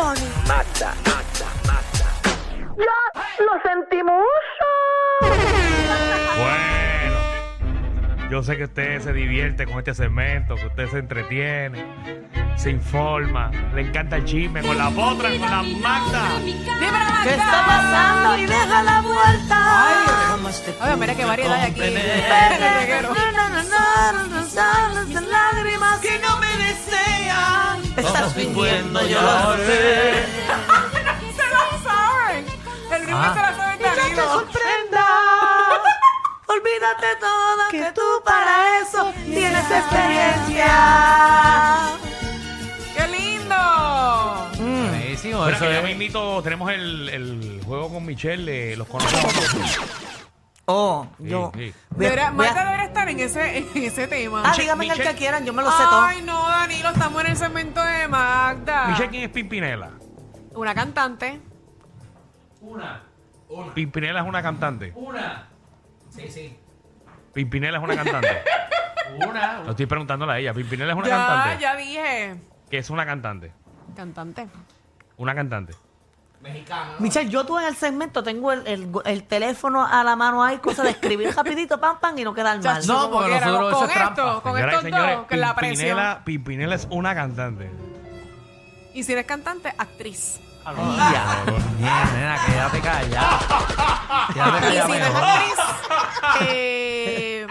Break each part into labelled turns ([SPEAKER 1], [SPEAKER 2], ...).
[SPEAKER 1] Mata, mata, mata.
[SPEAKER 2] ¡Ya! ¡Lo sentimos!
[SPEAKER 3] Bueno, yo sé que usted se divierte con este segmento, que usted se entretiene, se informa, le encanta el chisme con la potra, con la Magda.
[SPEAKER 4] ¿Qué está pasando? Y deja la vuelta.
[SPEAKER 5] Oye, mira qué variedad hay aquí.
[SPEAKER 4] No, no, no, no, no, no, no, lágrimas que no me desean. Estás fingiendo, yo lo sé.
[SPEAKER 5] Se la saben. El grupo se la sabe
[SPEAKER 4] No te
[SPEAKER 5] cariño.
[SPEAKER 4] sorprenda. Olvídate toda que tú para eso tienes experiencia.
[SPEAKER 5] ¡Qué lindo!
[SPEAKER 6] Buenísimo,
[SPEAKER 3] Mira,
[SPEAKER 6] eso
[SPEAKER 3] que ya
[SPEAKER 6] es.
[SPEAKER 3] mismito tenemos el, el juego con Michelle, eh, los conocemos.
[SPEAKER 4] Oh, yo.
[SPEAKER 3] sí.
[SPEAKER 4] voy a-
[SPEAKER 5] Debería-
[SPEAKER 4] voy a-
[SPEAKER 5] Marta debería estar en ese, en ese tema.
[SPEAKER 4] Ah, dígame el
[SPEAKER 3] Michelle.
[SPEAKER 4] que quieran, yo me lo sé todo.
[SPEAKER 5] Ay, no, Danilo, estamos en el segmento de Magda.
[SPEAKER 3] Michelle, ¿quién es Pimpinela?
[SPEAKER 5] Una cantante.
[SPEAKER 3] Pimpinela es una cantante.
[SPEAKER 6] Una. Sí, sí.
[SPEAKER 3] Pimpinela es una cantante.
[SPEAKER 6] Una.
[SPEAKER 3] Lo estoy preguntándole a ella. Pimpinela es una
[SPEAKER 5] ya,
[SPEAKER 3] cantante.
[SPEAKER 5] ya dije.
[SPEAKER 3] Que es una cantante.
[SPEAKER 5] Cantante.
[SPEAKER 3] Una cantante.
[SPEAKER 6] Mexicana.
[SPEAKER 4] Michelle, yo tú en el segmento tengo el, el- el teléfono a la mano ahí, cosa de escribir rapidito, pam, pam, y no quedar mal.
[SPEAKER 5] Chacho,
[SPEAKER 6] No,
[SPEAKER 5] como
[SPEAKER 6] porque
[SPEAKER 5] quiera,
[SPEAKER 6] nosotros eso
[SPEAKER 5] con
[SPEAKER 6] es
[SPEAKER 5] esto,
[SPEAKER 6] trampa.
[SPEAKER 5] con
[SPEAKER 3] Señoras y
[SPEAKER 5] estos
[SPEAKER 3] señores,
[SPEAKER 5] dos, que la presión.
[SPEAKER 3] Pimpinela, Pimpinela es una cantante.
[SPEAKER 5] Y si eres cantante, actriz.
[SPEAKER 6] Ya, nena, quédate callada.
[SPEAKER 3] Ah,
[SPEAKER 6] Quédate
[SPEAKER 5] Y
[SPEAKER 6] callada
[SPEAKER 5] si no es
[SPEAKER 6] mejor.
[SPEAKER 5] actriz, eh,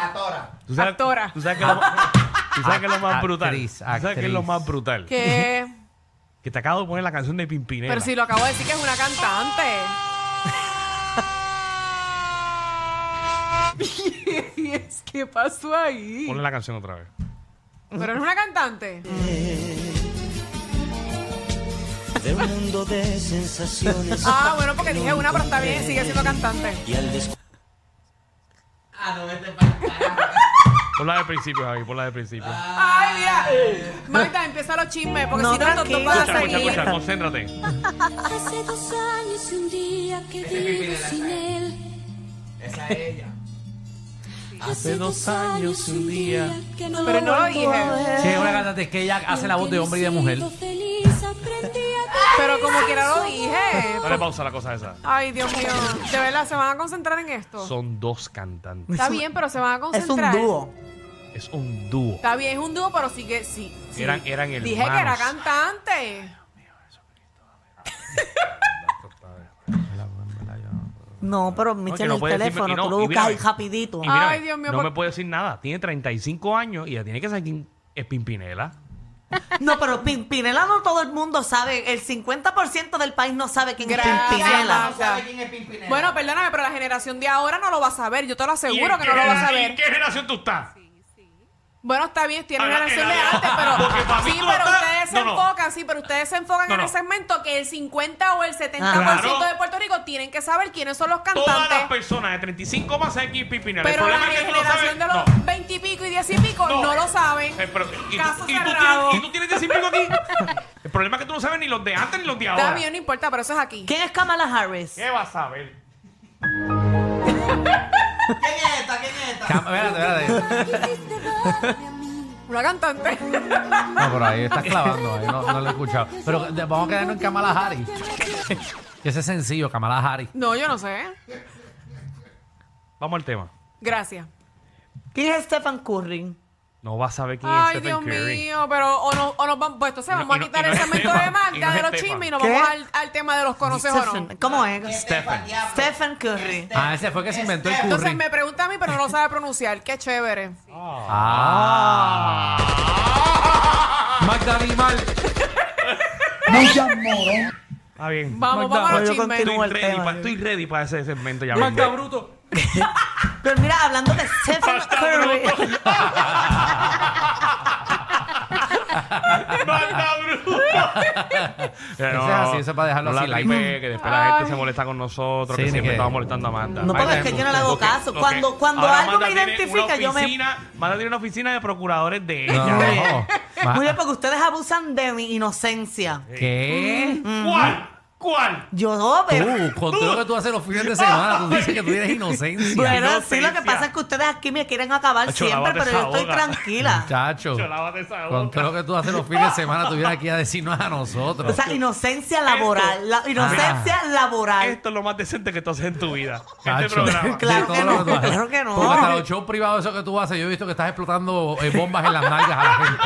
[SPEAKER 3] ¿Tú sabes,
[SPEAKER 5] Actora.
[SPEAKER 3] Tú sabes que, es lo, tú sabes que es lo más brutal.
[SPEAKER 6] Actriz,
[SPEAKER 3] tú sabes que es lo
[SPEAKER 6] actriz.
[SPEAKER 3] más brutal.
[SPEAKER 5] que...
[SPEAKER 3] Que te acabo de poner la canción de Pimpinela.
[SPEAKER 5] Pero si lo acabo de decir que es una cantante. Y es ¿Qué pasó ahí?
[SPEAKER 3] Ponle la canción otra vez.
[SPEAKER 5] Pero es una cantante.
[SPEAKER 7] de un mundo de sensaciones
[SPEAKER 5] Ah, bueno, porque dije una, pero está bien, sigue siendo cantante.
[SPEAKER 7] y al descubrir
[SPEAKER 3] Ponla del principio, Javi, ponla del principio.
[SPEAKER 5] Ah, Ay, mira. Magda, empieza los chismes, porque
[SPEAKER 4] No,
[SPEAKER 5] si no, los dos
[SPEAKER 4] tranquila.
[SPEAKER 5] van
[SPEAKER 3] escucha,
[SPEAKER 5] a
[SPEAKER 3] escucha,
[SPEAKER 5] seguir.
[SPEAKER 3] escucha, concéntrate.
[SPEAKER 8] Hace dos años y un día que vivo sin él. Esa es ella. Hace dos años y un día que no
[SPEAKER 5] Pero no lo
[SPEAKER 8] vuelvo a
[SPEAKER 5] dije.
[SPEAKER 8] ver.
[SPEAKER 6] Sí, es una cantante es que ella hace la voz de hombre y de mujer.
[SPEAKER 8] Aunque no he sido feliz, aprendí a
[SPEAKER 5] Pero como
[SPEAKER 8] vivir
[SPEAKER 5] quiera lo
[SPEAKER 8] sin su
[SPEAKER 5] dije.
[SPEAKER 3] Dale pausa a la cosa esa.
[SPEAKER 5] Ay, Dios mío. De verdad, se van a concentrar en esto.
[SPEAKER 3] Son dos cantantes.
[SPEAKER 5] Está bien, pero se van a
[SPEAKER 4] es un
[SPEAKER 5] concentrar.
[SPEAKER 4] dúo.
[SPEAKER 3] Es un dúo.
[SPEAKER 5] Está bien, es un dúo, pero sí que sí. sí.
[SPEAKER 3] Eran- eran
[SPEAKER 5] Dije que era
[SPEAKER 3] hermanos.
[SPEAKER 5] cantante.
[SPEAKER 4] No, pero
[SPEAKER 3] que
[SPEAKER 4] Michelle,
[SPEAKER 3] no
[SPEAKER 4] el
[SPEAKER 3] puede decirme-
[SPEAKER 4] teléfono,
[SPEAKER 3] y no,
[SPEAKER 4] tú lo
[SPEAKER 3] y mira,
[SPEAKER 4] buscas ahí rapidito.
[SPEAKER 3] Y mira,
[SPEAKER 5] Ay, Dios mío, pues-
[SPEAKER 3] no
[SPEAKER 5] por-
[SPEAKER 3] me puede decir nada. Tiene 35 años y ya tiene que saber quién es Pimpinela.
[SPEAKER 4] No, pero Pimpinela no todo el mundo sabe. El 50% del país no sabe quién es
[SPEAKER 5] Gracias,
[SPEAKER 4] Pimpinela.
[SPEAKER 5] Magda. Bueno, perdóname, pero la generación de ahora no lo va a saber. Yo te lo aseguro
[SPEAKER 3] ¿Y en
[SPEAKER 5] que
[SPEAKER 3] qué
[SPEAKER 5] no lo va a
[SPEAKER 3] genera- ¿y
[SPEAKER 5] saber.
[SPEAKER 3] ¿En qué generación tú estás?
[SPEAKER 5] Bueno, está bien, tiene
[SPEAKER 3] Ah,
[SPEAKER 5] una
[SPEAKER 3] la-
[SPEAKER 5] relación
[SPEAKER 3] la-
[SPEAKER 5] de
[SPEAKER 3] la-
[SPEAKER 5] antes,
[SPEAKER 3] porque
[SPEAKER 5] pero
[SPEAKER 3] para mí
[SPEAKER 5] sí,
[SPEAKER 3] tú
[SPEAKER 5] pero
[SPEAKER 3] estás-
[SPEAKER 5] ustedes se
[SPEAKER 3] no, no.
[SPEAKER 5] enfocan, sí, pero ustedes se enfocan
[SPEAKER 3] No,
[SPEAKER 5] en
[SPEAKER 3] no.
[SPEAKER 5] el segmento que el 50 o el 70%
[SPEAKER 3] Claro.
[SPEAKER 5] de Puerto Rico tienen que saber quiénes son los
[SPEAKER 3] Todas las
[SPEAKER 5] cantantes.
[SPEAKER 3] personas de 35 más saben quién es Pimpinela. El
[SPEAKER 5] Pero la
[SPEAKER 3] problema es que tú no sabes.
[SPEAKER 5] generación de los
[SPEAKER 3] No.
[SPEAKER 5] 20 y pico y 10 y pico no, lo saben.
[SPEAKER 3] Eh, pero- y, tú,
[SPEAKER 5] Caso
[SPEAKER 3] y tú
[SPEAKER 5] cerrado.
[SPEAKER 3] tienes, y tú tienes que decirme aquí. El problema es que tú no sabes ni los de antes ni los de
[SPEAKER 5] Está
[SPEAKER 3] ahora.
[SPEAKER 5] bien, no importa, pero eso es aquí.
[SPEAKER 4] ¿Quién es Kamala Harris?
[SPEAKER 3] ¿Qué vas a ver?
[SPEAKER 6] Cam- Espérate, espérate.
[SPEAKER 5] Una cantante.
[SPEAKER 6] No, pero ahí estás clavando, ahí Ah, no, no lo he escuchado. Pero de- vamos a quedarnos en Kamala Harris. Ese es sencillo, Kamala Harris.
[SPEAKER 5] no, yo no sé.
[SPEAKER 3] Vamos al tema.
[SPEAKER 5] Gracias.
[SPEAKER 4] ¿Quién es Stephen Curry?
[SPEAKER 3] No vas a saber quién
[SPEAKER 5] Ay,
[SPEAKER 3] es Stephen
[SPEAKER 5] Dios
[SPEAKER 3] Curry.
[SPEAKER 5] mío, pero o, no, o nos vamos, pues entonces
[SPEAKER 3] Y no-
[SPEAKER 5] vamos
[SPEAKER 3] y no-
[SPEAKER 5] a quitar
[SPEAKER 3] y no
[SPEAKER 5] el
[SPEAKER 3] es
[SPEAKER 5] segmento
[SPEAKER 3] Estefan,
[SPEAKER 5] de
[SPEAKER 3] y no
[SPEAKER 5] Magda
[SPEAKER 3] es
[SPEAKER 5] de los
[SPEAKER 3] Estefan.
[SPEAKER 5] chismes y nos
[SPEAKER 4] ¿Qué?
[SPEAKER 5] vamos al, al tema de los consejos. ¿no?
[SPEAKER 4] Stephen- ¿Cómo es?
[SPEAKER 3] Stephen.
[SPEAKER 4] Stephen Curry.
[SPEAKER 6] Ah, ese fue que se inventó el
[SPEAKER 5] Entonces
[SPEAKER 6] curry.
[SPEAKER 5] Este, me pregunta a mí, pero no lo sabe pronunciar. Qué chévere.
[SPEAKER 6] Ah. Magda Animal.
[SPEAKER 3] Está bien.
[SPEAKER 5] Vamos,
[SPEAKER 6] Magda,
[SPEAKER 5] vamos a los
[SPEAKER 4] yo
[SPEAKER 5] chismes.
[SPEAKER 4] continúo.
[SPEAKER 3] Estoy
[SPEAKER 4] el
[SPEAKER 3] ready,
[SPEAKER 4] tema.
[SPEAKER 3] pa- estoy ready para ese segmento ya.
[SPEAKER 6] Magda
[SPEAKER 3] mismo.
[SPEAKER 6] Bruto.
[SPEAKER 4] Pero mira, hablando de Stephen Curry,
[SPEAKER 3] Magda Bruto. Eh,
[SPEAKER 6] Eso es así, eso es para dejarlo
[SPEAKER 3] no la
[SPEAKER 6] así, like.
[SPEAKER 3] tripe, que después la gente
[SPEAKER 5] Ay.
[SPEAKER 3] se molesta con nosotros,
[SPEAKER 6] Sí,
[SPEAKER 3] que
[SPEAKER 6] ni
[SPEAKER 3] siempre
[SPEAKER 6] que-
[SPEAKER 3] estamos molestando a Magda.
[SPEAKER 4] No, porque
[SPEAKER 3] Magda
[SPEAKER 4] es que
[SPEAKER 3] un-
[SPEAKER 4] yo no le hago
[SPEAKER 3] lo que-
[SPEAKER 4] caso.
[SPEAKER 3] lo que-
[SPEAKER 4] Cuando- cuando
[SPEAKER 3] Ahora
[SPEAKER 4] algo
[SPEAKER 3] Magda
[SPEAKER 4] me
[SPEAKER 3] tiene una
[SPEAKER 4] identifica, yo me-
[SPEAKER 3] oficina- Magda tiene una oficina de procuradores de
[SPEAKER 6] No.
[SPEAKER 3] ella. Ah,
[SPEAKER 4] muy bien, porque ustedes abusan de mi inocencia.
[SPEAKER 6] ¿Qué?
[SPEAKER 3] ¿Cuál? ¿Cuál?
[SPEAKER 4] Yo no, pero...
[SPEAKER 6] Tú, con todo lo que tú haces los fines de semana, tú dices que tú eres inocencia.
[SPEAKER 4] Bueno, sí,
[SPEAKER 3] inocencia.
[SPEAKER 4] lo que pasa es que ustedes aquí me quieren acabar
[SPEAKER 3] Acho,
[SPEAKER 4] siempre,
[SPEAKER 3] lávate
[SPEAKER 4] pero yo
[SPEAKER 3] esa
[SPEAKER 4] estoy
[SPEAKER 3] boca.
[SPEAKER 4] tranquila.
[SPEAKER 6] Chacho,
[SPEAKER 3] Yo, lávate esa
[SPEAKER 6] con
[SPEAKER 3] boca.
[SPEAKER 6] todo lo que tú haces los fines de semana, tú vienes aquí a decirnos a nosotros.
[SPEAKER 4] O sea, inocencia laboral. la- inocencia
[SPEAKER 3] Ah.
[SPEAKER 4] laboral.
[SPEAKER 3] Esto es lo más decente que tú haces en tu vida.
[SPEAKER 6] Chacho,
[SPEAKER 3] Este programa.
[SPEAKER 6] de
[SPEAKER 4] Claro
[SPEAKER 6] todo
[SPEAKER 4] que
[SPEAKER 6] lo
[SPEAKER 4] no,
[SPEAKER 6] tú haces.
[SPEAKER 4] claro que no.
[SPEAKER 6] Porque hasta los shows privados esos que tú haces, yo he visto que estás explotando eh, bombas en las nalgas a la gente.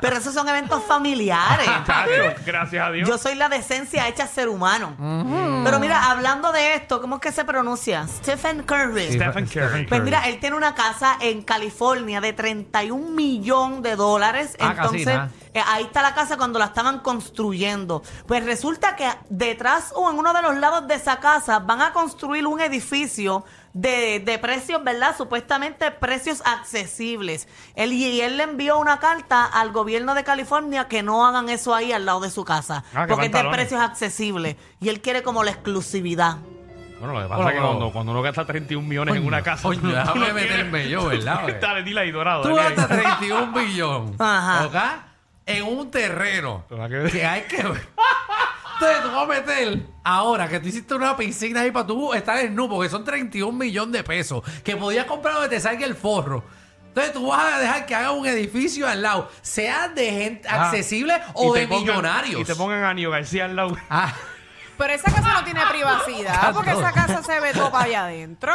[SPEAKER 4] Pero esos son eventos familiares.
[SPEAKER 3] Chacho, gracias a Dios.
[SPEAKER 4] Yo soy la decencia hecha ser humano. Pero mira, hablando de esto, ¿cómo es que se pronuncia? Stephen Curry.
[SPEAKER 3] Stephen Curry.
[SPEAKER 4] Pues mira, él tiene una casa en California de 31 millones de dólares.
[SPEAKER 6] Ah, casi
[SPEAKER 4] Entonces,
[SPEAKER 6] nada.
[SPEAKER 4] eh, ahí está la casa cuando la estaban construyendo. Pues resulta que detrás o en uno de los lados de esa casa van a construir un edificio de, de precios, ¿verdad? Supuestamente precios accesibles. Él, y él le envió una carta al gobierno de California que no hagan eso ahí al lado de su casa.
[SPEAKER 3] Ah, qué
[SPEAKER 4] porque es de
[SPEAKER 3] pantalones.
[SPEAKER 4] precios accesibles. Y él quiere como la exclusividad.
[SPEAKER 9] Bueno, lo que pasa
[SPEAKER 6] Hola,
[SPEAKER 9] es que
[SPEAKER 6] hola.
[SPEAKER 9] cuando, cuando uno gasta 31 millones en
[SPEAKER 6] Coño,
[SPEAKER 9] una casa.
[SPEAKER 6] coño,
[SPEAKER 9] tú no
[SPEAKER 6] déjame
[SPEAKER 9] tienes-
[SPEAKER 6] meterme yo, ¿verdad, güey?
[SPEAKER 3] Dale, dile ahí, dorado.
[SPEAKER 6] Tú
[SPEAKER 3] dile ahí.
[SPEAKER 6] gastas 31 billones,
[SPEAKER 4] Ajá.
[SPEAKER 6] ¿ok? En un terreno
[SPEAKER 9] Te va a quedar-
[SPEAKER 6] que hay que ver. Entonces tú vas a meter ahora que tú hiciste una piscina ahí para tú estar en nu, porque son 31 millones de pesos, que podías comprar donde te salga el forro. Entonces tú vas a dejar que haga un edificio al lado, sea de gente
[SPEAKER 3] Ah,
[SPEAKER 6] accesible
[SPEAKER 3] Y
[SPEAKER 6] o
[SPEAKER 3] te
[SPEAKER 6] de
[SPEAKER 3] pongan-
[SPEAKER 6] millonarios.
[SPEAKER 3] Y te pongan a Nio García al lado.
[SPEAKER 6] Ah,
[SPEAKER 5] Pero esa casa no tiene privacidad, porque esa casa se ve toda allá adentro.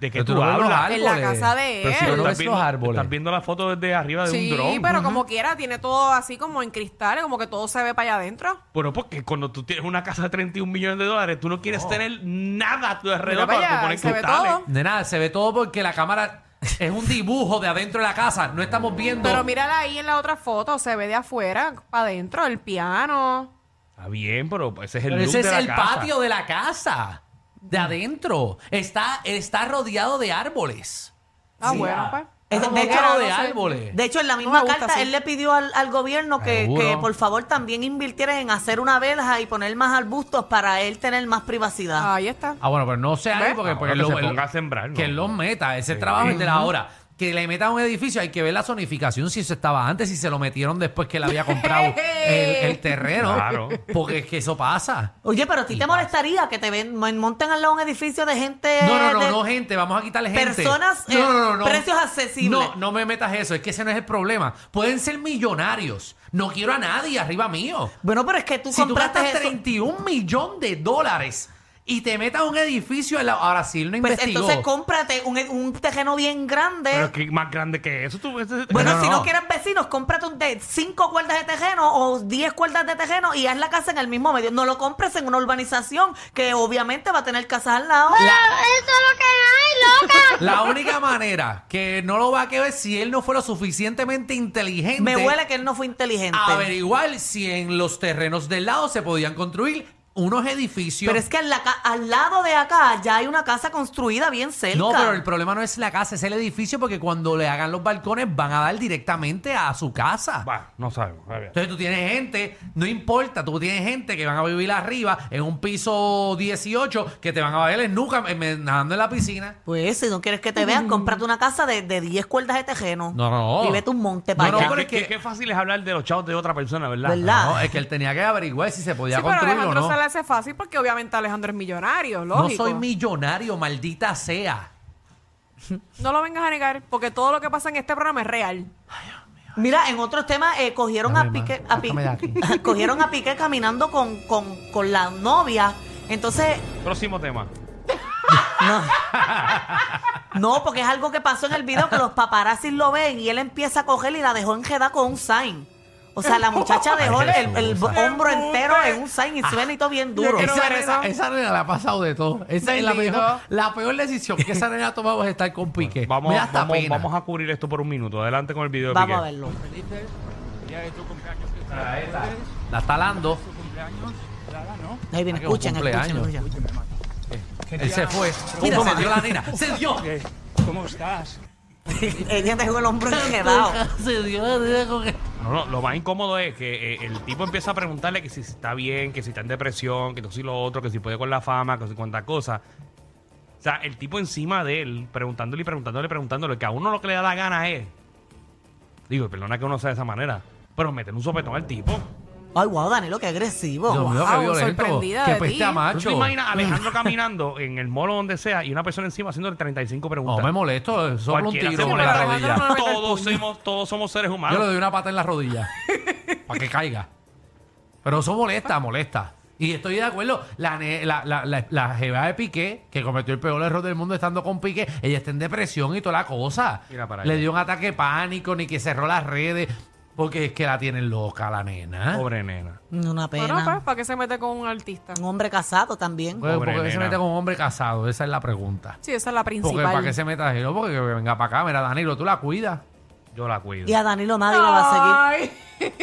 [SPEAKER 3] ¿De qué
[SPEAKER 6] pero
[SPEAKER 3] tú,
[SPEAKER 6] no ves los
[SPEAKER 3] hablas?
[SPEAKER 5] En la
[SPEAKER 6] árboles.
[SPEAKER 5] casa de
[SPEAKER 6] Pero si no
[SPEAKER 5] él.
[SPEAKER 6] ves
[SPEAKER 3] estás
[SPEAKER 6] los
[SPEAKER 3] viendo-
[SPEAKER 6] árboles.
[SPEAKER 3] Estás viendo la foto desde arriba de
[SPEAKER 5] Sí,
[SPEAKER 3] un dron.
[SPEAKER 5] pero como quiera, tiene todo así como en cristales, como que todo se ve para allá adentro.
[SPEAKER 3] Bueno, porque cuando tú tienes una casa de 31 millones de dólares, tú no quieres tener nada a tu alrededor
[SPEAKER 5] Mira para
[SPEAKER 3] para
[SPEAKER 5] allá,
[SPEAKER 3] poner
[SPEAKER 5] se ve
[SPEAKER 3] cristales.
[SPEAKER 5] todo.
[SPEAKER 6] Nena, se ve todo porque la cámara es un dibujo de adentro de la casa. No estamos viendo.
[SPEAKER 5] Pero mírala ahí en la otra foto, se ve de afuera para adentro, el piano.
[SPEAKER 3] Está bien, pero ese es el
[SPEAKER 6] Pero
[SPEAKER 3] look
[SPEAKER 6] ese es
[SPEAKER 3] de la
[SPEAKER 6] el
[SPEAKER 3] casa.
[SPEAKER 6] patio de la casa. De adentro. Está, está rodeado de árboles.
[SPEAKER 5] Ah, bueno, pues.
[SPEAKER 4] Es-
[SPEAKER 6] Está
[SPEAKER 4] de hecho,
[SPEAKER 6] rodeado
[SPEAKER 5] no
[SPEAKER 6] de
[SPEAKER 5] sé.
[SPEAKER 6] árboles.
[SPEAKER 4] De hecho, en la
[SPEAKER 5] me
[SPEAKER 4] misma
[SPEAKER 5] gusta,
[SPEAKER 4] carta,
[SPEAKER 5] sí.
[SPEAKER 4] él le pidió al, al gobierno que,
[SPEAKER 6] Seguro.
[SPEAKER 4] que, por favor también invirtieran en hacer una verja y poner más arbustos para él tener más privacidad.
[SPEAKER 5] Ahí está.
[SPEAKER 6] Ah, bueno, pero no sé ahí
[SPEAKER 5] ¿Ves?
[SPEAKER 6] porque,
[SPEAKER 3] Ah,
[SPEAKER 6] porque
[SPEAKER 3] bueno, que
[SPEAKER 6] lo-
[SPEAKER 3] se
[SPEAKER 6] lo-
[SPEAKER 3] ponga a sembrar, ¿no?
[SPEAKER 6] Que él los meta. Ese trabajo es de la hora. Que le metan un edificio, hay que ver la zonificación, si eso estaba antes, si se lo metieron después que le había comprado el, el terreno.
[SPEAKER 3] Claro.
[SPEAKER 6] Porque es que eso pasa.
[SPEAKER 4] Oye, pero a ti te molestaría que te ven, monten al lado un edificio de gente.
[SPEAKER 6] No, no, no,
[SPEAKER 4] de-
[SPEAKER 6] no, gente, vamos a quitarle gente.
[SPEAKER 4] Personas, eh, precios accesibles.
[SPEAKER 6] No, no me metas eso, es que ese no es el problema. Pueden ser millonarios. No quiero a nadie arriba mío.
[SPEAKER 4] Bueno, pero es que tú
[SPEAKER 6] Si tú
[SPEAKER 4] compraste
[SPEAKER 6] gastas
[SPEAKER 4] eso.
[SPEAKER 6] 31 millones de dólares y te metas a un edificio, al lado- ahora sí él no
[SPEAKER 4] Pues
[SPEAKER 6] investigó.
[SPEAKER 4] entonces cómprate un, e, un terreno bien grande.
[SPEAKER 3] Pero es que más grande que eso. Tú, ese-
[SPEAKER 4] bueno,
[SPEAKER 6] No, no,
[SPEAKER 4] si no,
[SPEAKER 6] no.
[SPEAKER 4] quieres vecinos, cómprate un de cinco cuerdas de terreno o 10 cuerdas de terreno y haz la casa en el mismo medio. No lo compres en una urbanización que obviamente va a tener casas al lado.
[SPEAKER 6] La única manera que no lo va a querer si él no fue lo suficientemente inteligente.
[SPEAKER 4] Me huele que él no fue inteligente.
[SPEAKER 6] a averiguar si en los terrenos del lado se podían construir unos edificios.
[SPEAKER 4] Pero es que en la ca- al lado de acá ya hay una casa construida bien cerca.
[SPEAKER 6] No, pero el problema no es la casa, es el edificio porque cuando le hagan los balcones van a dar directamente a su casa.
[SPEAKER 3] Bah, no sabemos. A ver.
[SPEAKER 6] Entonces tú tienes gente, no importa, tú tienes gente que van a vivir arriba en un piso 18 que te van a ver en nuca em, em, nadando en la piscina.
[SPEAKER 4] Pues si no quieres que te vean, cómprate una casa de de 10 cuerdas de tejeno.
[SPEAKER 6] No, no, no.
[SPEAKER 4] Y vete un monte
[SPEAKER 6] No,
[SPEAKER 4] para
[SPEAKER 6] no,
[SPEAKER 4] allá.
[SPEAKER 6] pero es
[SPEAKER 3] Qué-
[SPEAKER 6] que-
[SPEAKER 3] Qué fácil es hablar de los chavos de otra persona, ¿verdad?
[SPEAKER 4] ¿Verdad?
[SPEAKER 6] No, es que él tenía que averiguar si se podía
[SPEAKER 5] Ah. Sí, pero
[SPEAKER 6] construir
[SPEAKER 5] Alejandro
[SPEAKER 6] o
[SPEAKER 5] se le
[SPEAKER 6] no.
[SPEAKER 5] hace fácil porque obviamente Alejandro es millonario,
[SPEAKER 6] No
[SPEAKER 5] lógico.
[SPEAKER 6] soy millonario, maldita sea.
[SPEAKER 5] No lo vengas a negar porque todo lo que pasa en este programa es real.
[SPEAKER 4] Mira, en otros temas eh, cogieron a
[SPEAKER 6] Dame,
[SPEAKER 4] Piqué,
[SPEAKER 6] ma,
[SPEAKER 4] a Piqué-
[SPEAKER 6] sácame de aquí.
[SPEAKER 4] cogieron a Piqué caminando con, con, con la novia. Entonces,
[SPEAKER 3] Próximo tema.
[SPEAKER 4] no. No, porque es algo que pasó en el video que los paparazzis lo ven y él empieza a coger y la dejó enjedada con un sign. O sea, la muchacha dejó el, el- el
[SPEAKER 6] Jesús.
[SPEAKER 4] hombro entero en un sign y
[SPEAKER 6] Ah,
[SPEAKER 4] suena y todo bien duro.
[SPEAKER 5] quiero
[SPEAKER 6] Esa
[SPEAKER 5] ver
[SPEAKER 6] nena,
[SPEAKER 5] eso.
[SPEAKER 6] esa nena la ha pasado de todo. Esa es la
[SPEAKER 5] Bendito.
[SPEAKER 6] peor, la peor decisión que esa nena ha tomado es estar con Piqué.
[SPEAKER 3] Vamos,
[SPEAKER 6] Me da hasta
[SPEAKER 3] vamos,
[SPEAKER 6] pena.
[SPEAKER 3] vamos a cubrir esto por un minuto. Adelante con el video. de
[SPEAKER 4] Vamos a
[SPEAKER 3] Piqué.
[SPEAKER 4] verlo.
[SPEAKER 6] La está lando.
[SPEAKER 4] Ahí viene,
[SPEAKER 6] Ah, que un
[SPEAKER 4] escuchen, escuchen.
[SPEAKER 6] cumpleaños.
[SPEAKER 4] escuchen.
[SPEAKER 6] Él se fue.
[SPEAKER 4] Mira,
[SPEAKER 6] Ufa,
[SPEAKER 4] se
[SPEAKER 6] me dio la nena. Se dio.
[SPEAKER 4] Ella dejó el hombro enjedado.
[SPEAKER 6] Se dio la nena con el-
[SPEAKER 3] No, no, lo más incómodo es que eh, el tipo empieza a preguntarle que si está bien, que si está en depresión, que no si lo otro, que si puede con la fama, que si cuántas cosas. O sea, el tipo encima de él, preguntándole y preguntándole y preguntándole, que a uno lo que le da la gana es. Digo, perdona que uno sea de esa manera, pero meter un sopetón al tipo.
[SPEAKER 4] Ay, wow, Danilo, qué agresivo.
[SPEAKER 6] Dios mío, qué
[SPEAKER 5] Wow,
[SPEAKER 6] violento.
[SPEAKER 5] sorprendida
[SPEAKER 6] Qué
[SPEAKER 5] de ti.
[SPEAKER 6] peste a
[SPEAKER 3] ¿Tú
[SPEAKER 6] macho.
[SPEAKER 3] te imaginas a
[SPEAKER 6] Mm.
[SPEAKER 3] Alejandro caminando en el molo donde sea y una persona encima haciéndole 35
[SPEAKER 6] No
[SPEAKER 3] preguntas?
[SPEAKER 6] me molesto, solo un
[SPEAKER 3] Cualquiera se
[SPEAKER 6] tiro en la
[SPEAKER 3] molesta.
[SPEAKER 6] rodilla.
[SPEAKER 5] Alejandro no le mete el
[SPEAKER 3] Todos
[SPEAKER 5] puño.
[SPEAKER 3] somos, todos somos seres
[SPEAKER 6] Yo le
[SPEAKER 3] humanos.
[SPEAKER 6] doy una pata en la rodilla para que caiga. Pero eso molesta, molesta. Y estoy de acuerdo. La, ne- la, la, la, la jeva de Piqué, que cometió el peor error del mundo estando con Piqué, ella está en depresión y toda la cosa.
[SPEAKER 3] Mira para
[SPEAKER 6] le
[SPEAKER 3] allá.
[SPEAKER 6] dio un ataque de pánico, ni que cerró las redes. Porque es que la tienen loca la nena.
[SPEAKER 3] Pobre nena.
[SPEAKER 4] Una pena.
[SPEAKER 5] Bueno, pues, ¿para qué se mete con un artista?
[SPEAKER 4] Un hombre casado también.
[SPEAKER 6] Pues,
[SPEAKER 3] Pobre
[SPEAKER 6] ¿Por qué se
[SPEAKER 3] nena.
[SPEAKER 6] mete con un hombre casado? Esa es la pregunta.
[SPEAKER 5] Sí, esa es la
[SPEAKER 6] Porque para qué
[SPEAKER 5] principal.
[SPEAKER 6] se meta Danilo, porque que venga para acá, mira Danilo, tú la cuidas.
[SPEAKER 3] Yo la cuido.
[SPEAKER 4] Y a Danilo nadie lo va a
[SPEAKER 5] Ay.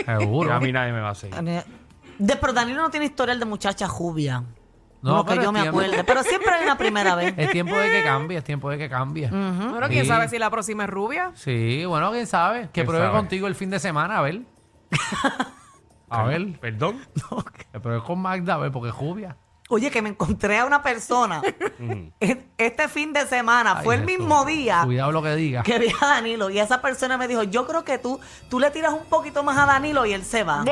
[SPEAKER 3] a
[SPEAKER 6] Seguro.
[SPEAKER 3] mí nadie me va a seguir.
[SPEAKER 4] seguir. De- pero Danilo no tiene historial de muchacha jubia.
[SPEAKER 6] No,
[SPEAKER 4] No, que
[SPEAKER 6] pero
[SPEAKER 4] yo me
[SPEAKER 6] es tiempo.
[SPEAKER 4] acuerde. Pero siempre hay una primera vez.
[SPEAKER 6] Es tiempo de que cambie, es tiempo de que cambie.
[SPEAKER 4] Mm.
[SPEAKER 5] Bueno, quién
[SPEAKER 6] Sí.
[SPEAKER 5] sabe si la próxima es rubia.
[SPEAKER 6] Sí, bueno, quién sabe. Que
[SPEAKER 3] ¿Quién
[SPEAKER 6] pruebe
[SPEAKER 3] sabe?
[SPEAKER 6] contigo el fin de semana, a ver. a ver.
[SPEAKER 3] ¿Perdón?
[SPEAKER 6] Que pruebe con Magda, a ver, porque es jubia.
[SPEAKER 4] Oye, que me encontré a una persona en- este fin de semana. Fue
[SPEAKER 6] Ay,
[SPEAKER 4] el
[SPEAKER 6] Jesús.
[SPEAKER 4] mismo día
[SPEAKER 6] Cuidado lo que diga.
[SPEAKER 4] que vi a Danilo. Y esa persona me dijo, yo creo que tú, tú le tiras un poquito más a Danilo y él se va.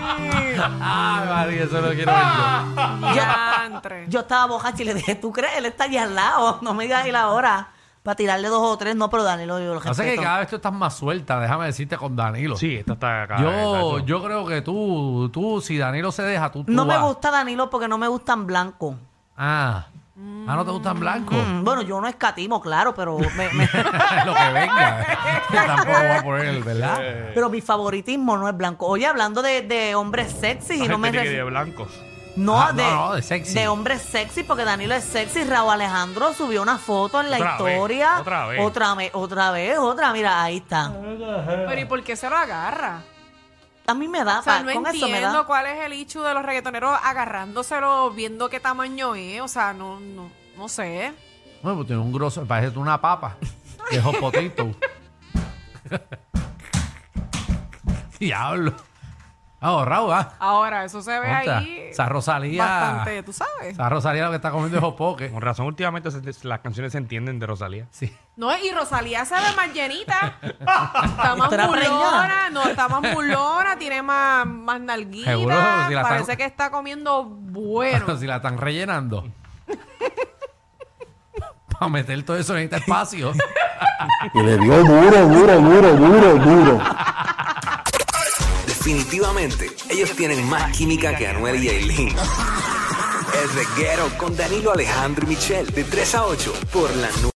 [SPEAKER 6] Ah, María, eso lo quiero ver
[SPEAKER 3] Ah.
[SPEAKER 6] yo.
[SPEAKER 4] Ya-
[SPEAKER 5] Yantre.
[SPEAKER 4] Yo estaba bojacha y le dije, ¿tú crees? Él está allí al lado, no me digas ahí la hora. Para tirarle dos o tres, no, pero Danilo, yo lo
[SPEAKER 6] Pasa que
[SPEAKER 4] respeto.
[SPEAKER 6] cada vez tú estás más suelta, déjame decirte con Danilo.
[SPEAKER 3] Sí, esta está acá.
[SPEAKER 6] Yo, yo creo que tú, tú, si Danilo se deja, tú, tú
[SPEAKER 4] No me
[SPEAKER 6] vas.
[SPEAKER 4] gusta Danilo porque no me gustan blancos.
[SPEAKER 6] Ah. Ah, no te gustan blancos.
[SPEAKER 4] Mm, bueno, yo no escatimo, claro, pero, me- me-
[SPEAKER 6] lo que venga. Yo tampoco voy a poner, ¿verdad?
[SPEAKER 4] pero mi favoritismo no es blanco. Oye, hablando de, de hombres sexy, y no me...
[SPEAKER 3] de
[SPEAKER 4] ref-
[SPEAKER 3] blancos.
[SPEAKER 4] No,
[SPEAKER 6] Ah,
[SPEAKER 4] de,
[SPEAKER 6] no, no, de sexy.
[SPEAKER 4] de hombres sexy, porque Danilo es sexy. Raúl Alejandro subió una foto en la
[SPEAKER 3] Otra vez,
[SPEAKER 4] historia.
[SPEAKER 3] otra vez.
[SPEAKER 4] Otra, me- otra vez, otra. Mira, ahí está.
[SPEAKER 5] Pero ¿y por qué se lo agarra?
[SPEAKER 4] A mí me da,
[SPEAKER 5] O sea,
[SPEAKER 4] pa-
[SPEAKER 5] no
[SPEAKER 4] con eso me da.
[SPEAKER 5] entiendo cuál es el hecho de los reggaetoneros agarrándoselo, viendo qué tamaño es. O sea, no, no, no sé.
[SPEAKER 6] Bueno, pues tiene un grosso, parece una papa. De hot potato. Diablo. Ah, Raúl, ah.
[SPEAKER 5] Ahora, eso se ve
[SPEAKER 6] Contra.
[SPEAKER 5] ahí
[SPEAKER 6] Esa Rosalía.
[SPEAKER 5] bastante, tú sabes.
[SPEAKER 6] Esa Rosalía lo que está comiendo es hot poke.
[SPEAKER 3] Con razón, últimamente se- las canciones se entienden de Rosalía.
[SPEAKER 6] Sí.
[SPEAKER 5] No, y Rosalía se ve más llenita. está más
[SPEAKER 4] ¿Estará
[SPEAKER 5] mulona,
[SPEAKER 4] preñada?
[SPEAKER 5] no, está más mulona, tiene más, más nalguita.
[SPEAKER 6] Seguro, si la
[SPEAKER 5] parece
[SPEAKER 6] están-
[SPEAKER 5] que está comiendo bueno.
[SPEAKER 6] si la están rellenando. Para meter todo eso en este espacio.
[SPEAKER 10] Y le dio duro, duro, duro, duro, duro.
[SPEAKER 7] Definitivamente, ellos tienen más química que Anuel y Aileen. El reguero con Danilo Alejandro y Michel, de 3 a 8, por la nube.